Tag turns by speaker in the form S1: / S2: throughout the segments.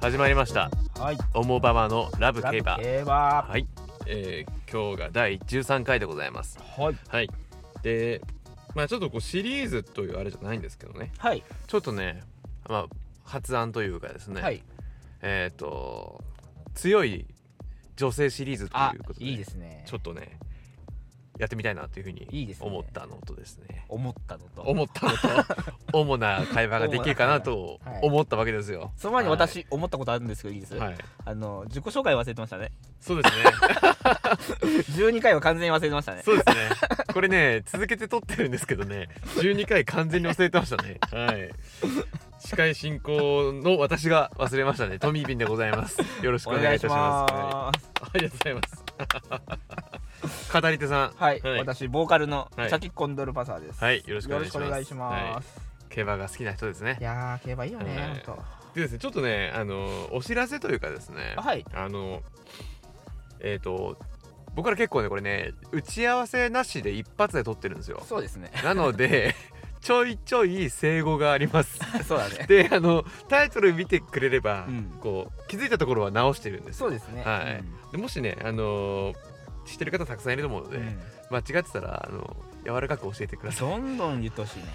S1: 始まりました
S2: はい。
S1: オモババのラブ競馬
S2: ラブ競馬。
S1: はい、えー今日が第13回でございます
S2: はい。
S1: はいでまあちょっとこうシリーズというあれじゃないんですけどね
S2: はい。
S1: ちょっとねまあ発案というかですね、
S2: はい。
S1: えっ、と強い女性シリーズと
S2: あ
S1: いうこと、で
S2: いいですね。
S1: ちょっとねやってみたいなというふう
S2: いい
S1: に
S2: ですね
S1: 思ったのとですね
S2: 思ったのと。
S1: 思ったのと主な会話ができるかなと
S2: はい
S1: 思ったわけですよ。
S2: その前に私、思ったことあるんですけどいいです、
S1: はい、はい、
S2: あの自己紹介忘れてましたね
S1: そうですね
S2: 12回は完全に忘れてましたね
S1: そうですねこれね続けて撮ってるんですけどね12回完全に忘れてましたねはい司会進行の私が忘れましたねトミービンでございますよろしく
S2: お
S1: お願
S2: 願
S1: い
S2: い
S1: い
S2: した
S1: しますは
S2: ます
S1: いありがとうございます語り手さん
S2: はい、
S1: はい
S2: 私ボーカルのチ
S1: はい
S2: ャキコンドルパサーです
S1: はいよろしくお願いします
S2: よろくお願いします
S1: 競馬が好きな人ですね
S2: いやー競馬いいよね、
S1: はい
S2: ほんと
S1: でですねちょっとねあのお知らせというかですね
S2: あはい
S1: あのえっ、と僕ら結構ねこれね打ち合わせなしで一発で撮ってるんですよ
S2: そうです ね
S1: なのでちょいちょい生後があります
S2: そうだね
S1: であのタイトル見てくれれば、
S2: うん
S1: こう気づいたところは直してるんです
S2: そう
S1: よ
S2: ですね
S1: はい
S2: うん
S1: でもしねあの知ってる方たくさんいると思うので、
S2: うん
S1: 間違ってたらあの柔らかく教えてください
S2: どんどん言ってほしいね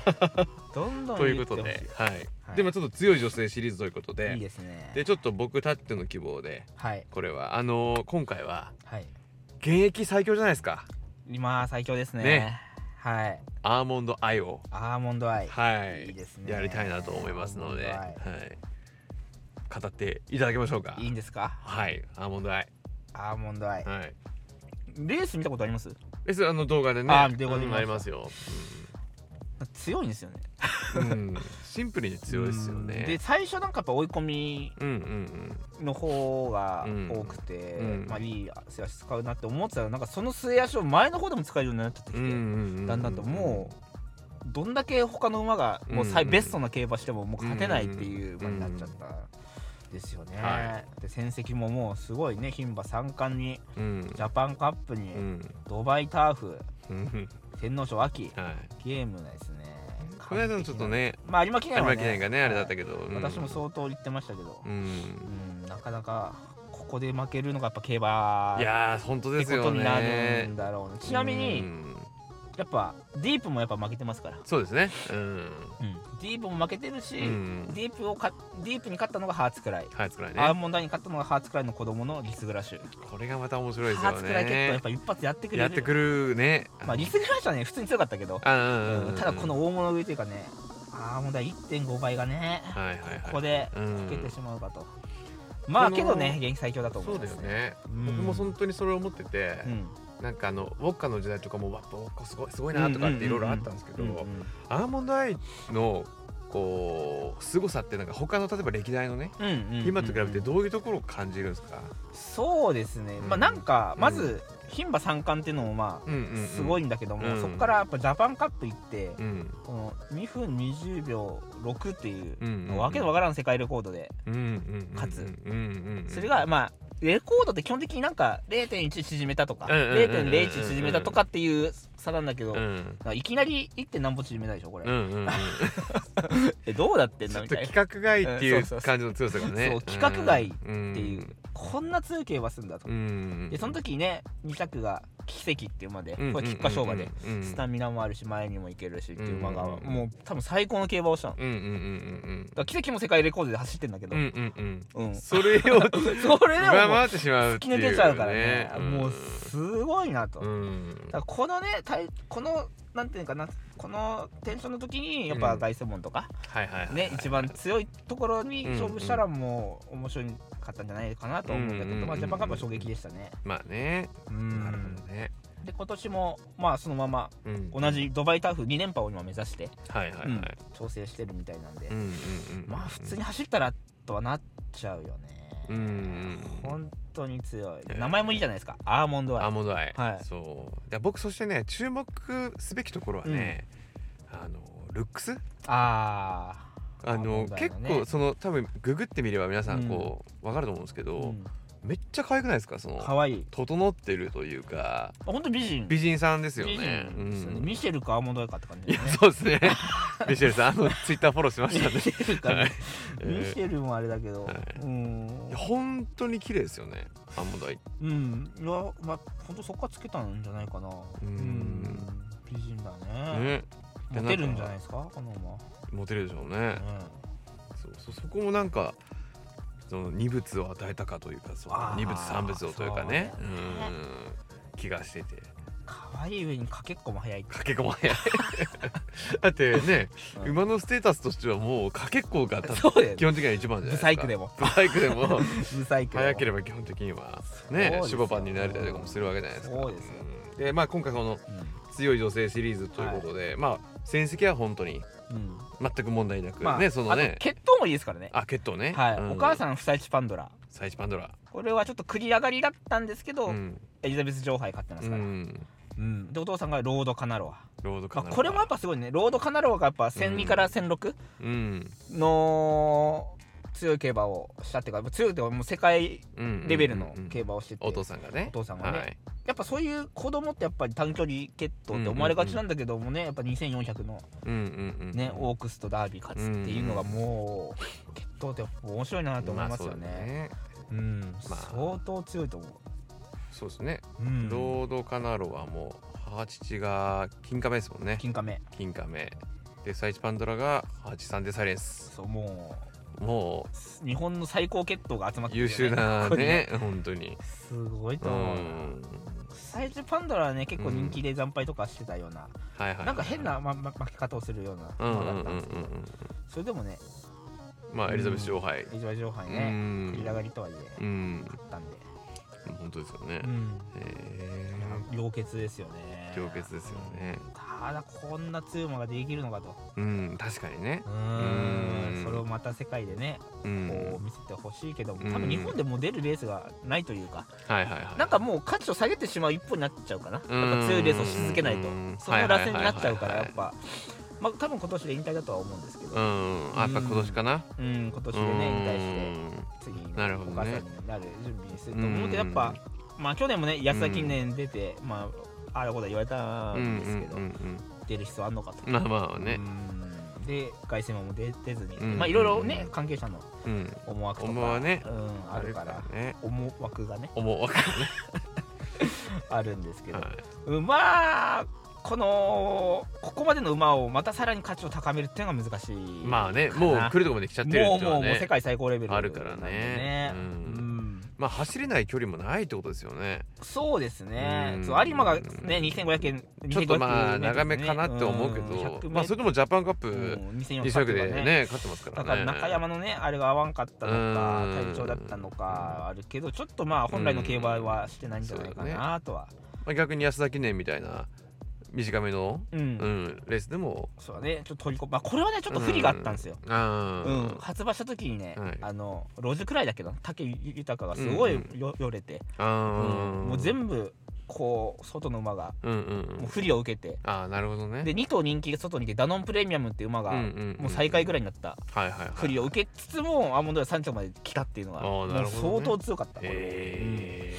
S2: どんどん
S1: という
S2: 言
S1: こ
S2: ってほ
S1: と
S2: しい
S1: で、は
S2: は
S1: い
S2: い
S1: でもちょっと強い女性シリーズということで
S2: いいですね
S1: でちょっと僕たっての希望で
S2: はい
S1: これはあのー今回は
S2: はい
S1: 現役最強じゃないですか
S2: 今最強ですね
S1: ね
S2: はい
S1: アーモンドアイを
S2: アーモンドアイ
S1: はい
S2: いいですね
S1: やりたいなと思いますの
S2: ア
S1: で、
S2: ーモ
S1: は
S2: ン
S1: い、語っていただきましょうか
S2: いいんですか
S1: はいアーモンドアイ
S2: アーモンドアイ
S1: はい
S2: レース見たことあります
S1: 別にあの動画でね
S2: あー動画で
S1: う
S2: 見まし
S1: ん
S2: た
S1: ありますよ、
S2: 強いんですよね
S1: うんうんシンプルに強いですよ
S2: うんで
S1: ね
S2: 最初なんかやっぱ追い込み
S1: うんうん
S2: の方が
S1: うん
S2: 多くて、
S1: うん
S2: まあいい末足使うなって思ってたらなんかその末足を前の方でも使えるようになってきて、
S1: うんうんうん
S2: だんだんともうどんだけ他の馬がもう最
S1: うん
S2: ベストな競馬してももう勝てないっていう
S1: うん
S2: 馬になっちゃったですよね、
S1: は
S2: で戦績ももうすごいね牝馬三冠に
S1: ううん
S2: ジャパンカップに、
S1: うん
S2: ドバイターフ
S1: うん
S2: 天皇賞秋
S1: はい
S2: ゲームですね
S1: この間のちょっとね
S2: まあ有馬記
S1: 有
S2: 念は、ね、
S1: 馬記念がねあれだった
S2: け
S1: けど、うん
S2: 私も相当言ってましたけど、
S1: ううん
S2: うんなかなかここで負けるのがやっぱ競馬
S1: いやー本当
S2: っ
S1: で
S2: て
S1: すよ
S2: ことになる
S1: ね
S2: んだろうねちなみに、
S1: うん
S2: やっぱディープもやっぱ負けてますから、
S1: そうですねうん、
S2: ディープも負けてるし、
S1: うん、
S2: ディープをかディープに勝ったのがハーツクライ、
S1: はい作ら
S2: アー
S1: ね
S2: モンダに勝ったのがハーツクライの子供のリスグラッシュ、
S1: これがまた面白いです
S2: ハー
S1: よ
S2: ツクライ結構や
S1: ね
S2: っぱ一発やってくれる
S1: やってくるね
S2: まあリスグラッシュはね普通に強かったけど、
S1: あうんうんうん、
S2: うんただこの大物食いというかねアーモンダ1.5倍がね
S1: はいはいはい
S2: ここで
S1: うん
S2: 受けてしまうかと、まあ
S1: この
S2: けどね現役最強だと思
S1: そううんだ
S2: です
S1: よね、
S2: うん
S1: 僕も本当にそれを思ってて
S2: う、ん
S1: なんかあのウォッカの時代とかもわっウォッカすごいすごいなとかっていろいろあったんですけど、
S2: うんうん
S1: アーモンドアイのこう凄さってなんか他の例えば歴代のね
S2: うんうんうん
S1: 今と比べてどういうところを感じるんですか、
S2: そうですね、まあなんかまず牝馬三冠っていうのもま
S1: うんうん
S2: あ
S1: うん
S2: すごいんだけども、
S1: うん
S2: そこからやっぱジャパンカップ行って、
S1: うん
S2: この2分20秒6っていう、
S1: うんうんうん
S2: わけのわからん世界レコードで、
S1: うんうんうんうん
S2: 勝つ
S1: うんうんうん
S2: それがまあレコードって基本的になんか0.1縮めたとか、
S1: うんうんうんうんうん
S2: 0.01縮めたとかっていう差なんだけど、
S1: うん
S2: いきなり 1. 点何歩縮め ないでしょこれ、
S1: うんうんうん、
S2: えどうだってん
S1: ち
S2: だ
S1: ょっ
S2: み
S1: と
S2: たいな
S1: 規格外ってい
S2: うん
S1: う
S2: そうそうそう
S1: 感じの強さがね
S2: そう規格外ってって
S1: て
S2: いう、こんな強い競馬するんだと、
S1: うん
S2: でその時ね2着が奇跡っていう馬で、
S1: うん
S2: これ菊花賞馬で、
S1: うんうんうん
S2: スタミナもあるし前にも行けるしっていう馬が、
S1: うんうんうん
S2: もう多分最高の競馬をしたのだか
S1: うんうんうん
S2: ら奇跡も世界レコードで走ってんだけど、
S1: うんうんうんうん
S2: うん
S1: それを
S2: それでも
S1: 上
S2: もう
S1: 回ってしまうっ
S2: 突
S1: て
S2: き
S1: いう
S2: 抜
S1: ね
S2: けちゃうからね、
S1: ん
S2: もうすごいなと、
S1: う
S2: だ
S1: ん
S2: からこのねたいこのなんていうかなこのテンションの時にやっぱ凱旋門とか、
S1: はいはいはい
S2: ね一番強いところに勝負したらもう面白かったんじゃないかなと思うんだけど、
S1: うんうんうんうん
S2: まあ、ジャパンカップは衝撃でしたね。
S1: まあね
S2: うん
S1: なるほどね
S2: で今年もまあそのまま
S1: うん
S2: 同じドバイターフ2連覇を今目指して、
S1: はいはいはい
S2: 調整してるみたいなんで、
S1: うんうんうん
S2: まあ普通に走ったらとはなっちゃうよね。
S1: うんうん
S2: 本当に強い
S1: え。ー
S2: 名前もいいじゃないですか。アーモンドア
S1: アー
S2: イ。
S1: モンドアイ
S2: はい
S1: そういや僕そしてね注目すべきところはねあのルックス
S2: あ
S1: あ
S2: アーモ
S1: の
S2: ンドアイ
S1: 結
S2: のね
S1: 構その多分ググってみれば皆さん
S2: うん
S1: こうわかると思うんですけ
S2: ー、う
S1: ど
S2: ん
S1: めっちゃ可愛くないですかその
S2: 可愛い
S1: 整ってるというか
S2: あ本当美人
S1: 美人さんですよ
S2: 美人
S1: ね。う
S2: ですよね
S1: ん
S2: ミシェルかアーモンドアイかって感じ
S1: い
S2: だ
S1: や
S2: よね
S1: そうですね。 ミシェルさんあのツイッターフォローしましたん
S2: ミ
S1: で
S2: シェルか
S1: はい
S2: ミ
S1: え
S2: シェルもあれだけど、
S1: はいう
S2: ーん
S1: ー。本当に綺麗ですよね。アンモダイ。
S2: うんいやまあ本当そこはつけたんじゃないかな
S1: う
S2: うんん美人だね
S1: ね、
S2: モテるんじゃないですかこの馬、
S1: モテるでしょう
S2: うん
S1: ね。そうそうそこもなんかその二物を与えたかというか、そ
S2: あー
S1: の二物三物をというかね。う
S2: そうだよね
S1: ん気がしてて。
S2: 可愛い上にかけっこも早いって
S1: かけこも早い。 だってね、
S2: うん
S1: 馬のステータスとしてはもうかけっこが多分
S2: そうだよね
S1: 基本的には一番じゃないですか。
S2: ブサイクでも。
S1: ブサイクで も。
S2: ブサイク
S1: 早けれ
S2: ば、
S1: ば基本的には
S2: そうです
S1: ね
S2: よ
S1: シュバパンになれたりとかもするわけじゃないですか。
S2: そうですよ
S1: うんでまあ今回この強い女性シリーズということで、まあ戦績は本当に
S2: うんうん
S1: 全く問題なく、
S2: まあ、
S1: ねその
S2: あ
S1: ね
S2: と血統もいいですからね
S1: あ血統ね
S2: はい、
S1: うん
S2: お母さん不妻地パンドラ
S1: サイチパンドラ
S2: これはちょっと繰り上がりだったんですけど、
S1: うん、
S2: エリザベス女王杯勝ってま
S1: う
S2: すから、うん
S1: ん、
S2: でお父さんがロードカナロア
S1: ロード
S2: ま
S1: カ
S2: あ、
S1: ナロア
S2: これもやっぱすごいねロードカナロアがやっぱ
S1: うん
S2: 1002から1006
S1: うん
S2: の強い競馬をしたっていうか強いっていうかもう世界レベルの競
S1: 馬
S2: 馬をしてて、
S1: お父さんがね
S2: お父さんがね
S1: はい、
S2: やっぱそういう子供ってやっぱり短距離決闘って思われがちなんだけどもね、やっぱ2400の
S1: うんうんうん
S2: ね、オークスとダービー勝つっていうのがもう決闘ってやっぱ面白いなと思いますよ
S1: まあそうだ
S2: ね。うん、
S1: まあ
S2: 相当強いと思う。
S1: そうですね、
S2: うん、
S1: ロードカナロアも母父が金亀ですもんね
S2: 金亀
S1: 金亀でサイチパンドラが母父さんでサイレンス
S2: そうも
S1: もう
S2: う日本の最高決闘が集まってるよ
S1: 優
S2: ね
S1: 秀な
S2: ここに
S1: ね本当に
S2: すごいうと思う。
S1: ん
S2: サイズパンドラはね結構人気で惨敗とかしてたような、
S1: はいはい
S2: なんか変な、まま、負け方をするような
S1: うんうん
S2: 馬
S1: うん
S2: だ
S1: う
S2: っ
S1: ん
S2: た
S1: うんん
S2: ですけど、それでもね
S1: まあエリザベス女王杯
S2: 非常に上海
S1: う
S2: ね繰
S1: ん
S2: り上がりとはいえ
S1: うん
S2: 勝ったんで、
S1: 本当ですよね
S2: うん、
S1: え
S2: いや良血ですよね
S1: 強血ですよね
S2: ただこんな強い馬ができるのかと
S1: うん確かにね
S2: うーん
S1: うん
S2: それをまた世界でね
S1: う
S2: こうん見せてほしいけど
S1: うん
S2: 多分日本でも出るレースがないというか
S1: はいはいはい
S2: なんかもう価値を下げてしまう一歩になっちゃうかなやっ
S1: うん
S2: ぱ強いレースをし続けないと
S1: うん
S2: そんな螺旋になっちゃうからや
S1: はいはい
S2: っぱまあ多分今年で引退だとは思うんですけ
S1: う
S2: ど
S1: んあやっぱ今年かな
S2: うん今年でね引退して次にお
S1: なるほどね
S2: 母さんになる準備すると思うけどや
S1: うん
S2: っぱまあ去年もね安田記念出てまああれことは言われた
S1: うんうん
S2: ん
S1: う
S2: ですけど
S1: ん
S2: 出る必要あんのかと
S1: うんまあまあね
S2: うんで凱旋門も出出ずに、
S1: うん
S2: まあいろいろね関係者の
S1: うん
S2: 思惑とか
S1: 思惑はね
S2: うん、あるから
S1: ね
S2: 思惑が ね
S1: 思うわか
S2: あるんですけ
S1: る
S2: ど、
S1: はい
S2: うんまあこのここまでの馬をまたさらに価値を高めるっていうのが難しい
S1: まあね
S2: かな
S1: もう来るとこまで来ちゃってる
S2: も
S1: っ
S2: う
S1: ていうの
S2: も
S1: は
S2: うもう世
S1: ね
S2: 界最高レベル
S1: あるか
S2: な
S1: らね
S2: んでね
S1: う
S2: うんん
S1: まあ走れない距離もないってことですよね
S2: そうですね
S1: うん
S2: そう有馬がね2500円
S1: ちょっとま
S2: 2500
S1: あ長めかなって思うけ
S2: ん
S1: ど、
S2: 100
S1: まあそれでもジャパンカップ
S2: うん2400
S1: 2着でね勝ってますから
S2: だ
S1: ね。
S2: から中山のねあれが合わんかったのか
S1: うん
S2: 体調だったのかあるけどちょっとまあ本来の競馬はしてないんじゃないかなとは
S1: まあ逆に安田記念みたいな短めの、
S2: うん、
S1: うん、レースでも、
S2: そうだねちょっと取りこまあこれはねちょっと不利があったんですよ、
S1: うん。あ
S2: う
S1: ー
S2: ん発売した時にね、
S1: はい
S2: あの路地くらいだけど武豊がすごいよ,、
S1: う
S2: よれて、うん
S1: あー
S2: もう全部こう外の馬が
S1: うんうんう。
S2: もうん不利を受けて
S1: ああなるほどね。
S2: で2頭人気が外にいてダノンプレミアムっていう馬が
S1: うんうんうん
S2: もう最下位ぐらいになった
S1: はいはいはい。
S2: 不利を受けつつもアーモンドが3着まで来たっていうのは
S1: あーなるほどね
S2: もう相当強かった、これは
S1: え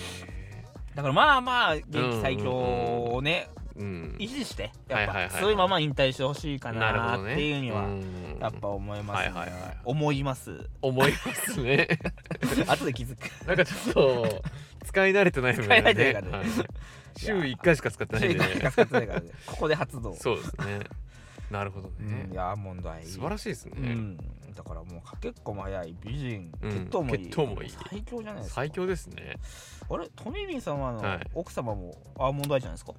S2: だからまあまあ現役最強をね
S1: ーうん。
S2: 維持して
S1: は
S2: や
S1: いはい
S2: っ
S1: は
S2: ぱ
S1: い
S2: そういうまま引退してほしいか
S1: なるほ
S2: な
S1: ど
S2: っ
S1: ね。
S2: ていうには
S1: ん
S2: やっぱ思いますね
S1: はいはいはい
S2: 思います
S1: 思いますね。
S2: 後で気づく
S1: なんかちょっと使い慣れてないみたい
S2: 使
S1: な
S2: い慣
S1: ね
S2: れてないからね
S1: はい週1回しか使ってないんでね。
S2: が使ってないからね ここで発動
S1: そうですね。 なるほどね
S2: うんい。やアーモンドアイ
S1: 素晴らしいです
S2: う
S1: ね。
S2: んだからもうかけっこも早い美人
S1: うん
S2: 血統もいい
S1: 血統もいい
S2: 最強じゃないですか
S1: 最強ですね。
S2: あれトミービンさんはあの
S1: はい
S2: 奥様もアーモンドアイじゃないですか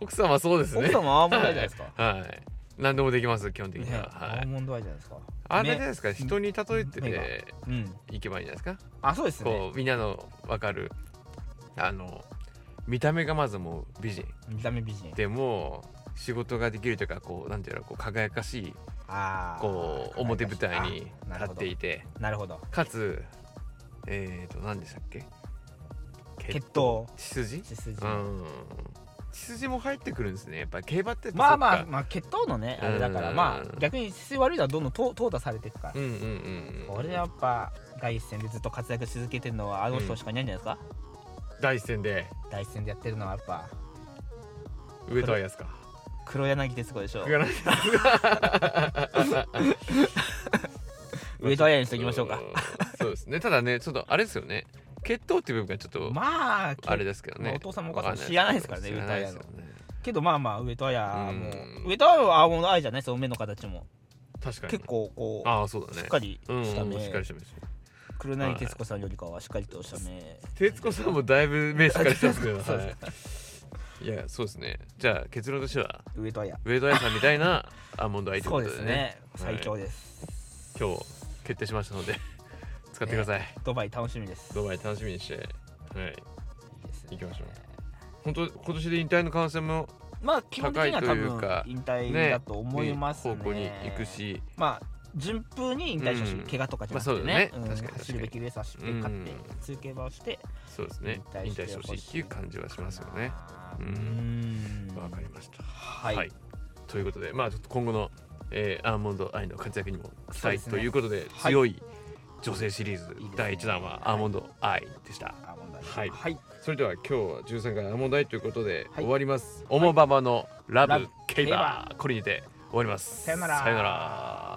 S1: 奥様そうです
S2: 奥
S1: ね。
S2: 様アーモンドアイじゃないですか
S1: はい。何でもできます基本的に
S2: ね
S1: は。は
S2: アー
S1: い。
S2: モンドアイじゃないですか
S1: あれじゃない
S2: ね
S1: ですか。人に例えて
S2: 目
S1: て
S2: うん
S1: いけばいいんじゃないですか。
S2: あそうですね
S1: こうみんなのわかるあの見た目がまずもう美人
S2: 見た目美人
S1: でもう仕事ができるというかこうなんていうのこう輝かしい
S2: あー
S1: こう表舞台に
S2: あなるほ
S1: 立っ
S2: ど
S1: ていて
S2: なるほど
S1: かつえーと何でしたっけ
S2: 血統
S1: 血筋
S2: 血筋
S1: うん血筋も入ってくるんですねやっぱり競馬って
S2: まあま
S1: そ
S2: あ
S1: っか
S2: まあ血統のね
S1: うん
S2: あれだからまあ逆に姿勢悪いのはどんどん淘淘汰されていくから
S1: うんうんうんうん
S2: これやっぱ第一線でずっと活躍し続けてるのはあの人しかいないんじゃないですか、
S1: 第一線で
S2: 第一線でやってるのはやっぱ
S1: 上戸彩ですか
S2: 黒柳徹子でしょ
S1: がない
S2: 上戸彩にしときましょうか
S1: そうですねただねちょっとあれですよね血統っていう部分がちょっと
S2: まあ
S1: あれですけど
S2: ま
S1: ね、
S2: あお父さんもお母さんも
S1: わ
S2: 知らないですからね
S1: 知らないですよね
S2: けどまあまあ上戸彩も
S1: うん
S2: 上戸彩は青の愛じゃないその目の形も
S1: 確かに
S2: 結構こう
S1: ああそうだね
S2: しっかり
S1: うん
S2: した目、
S1: うんしっかりしてます
S2: 黒柳徹子さんよりかはしっかりとした目、
S1: 徹子さんもだいぶ目しっかりしてますけど、
S2: そう
S1: はい、いやそうですねじゃあ結論としては
S2: 上戸彩
S1: 上戸彩さんみたいな アーモンドアイとい
S2: そ
S1: うこ
S2: う
S1: と
S2: で
S1: ですね
S2: ね最強です、
S1: 今日決定しましたので 使ってください、
S2: ドバイ楽しみです
S1: ドバイ楽しみにしては
S2: い
S1: い
S2: いですね
S1: 行きましょう本当今年で引退の可能性も
S2: まあ基本的には多分
S1: 高いと
S2: 引退
S1: ね
S2: だと思いますね
S1: 方向に行くし
S2: まあ順風に引退してほしい、
S1: うん
S2: 怪我とかじゃなくてね,、
S1: まあそうだね確かに確かに
S2: 走るべきレース走って勝って、
S1: うん
S2: 通競馬をして
S1: そうですね引
S2: 引
S1: 退
S2: 退
S1: し
S2: してて
S1: ほ
S2: ほ
S1: し
S2: し
S1: い
S2: い
S1: っていう感じはしますよね
S2: かな
S1: う
S2: うん
S1: わかりました
S2: は、
S1: はいい、ということでまあちょっと今後の、えーアーモンドアイの活躍にも期
S2: そうで
S1: 待
S2: すね
S1: ということで
S2: はい
S1: 強い女性シリーズ、
S2: いいですね
S1: 第1弾はアーモンドアイでした、
S2: あ問題
S1: はい
S2: はい、
S1: それでは今日は13回アーモンドアイということで
S2: はい
S1: 終わります、オモババのラブ
S2: ラブ
S1: ケイバ
S2: ケイ
S1: ーこれにて終わります
S2: さよなら
S1: さよなら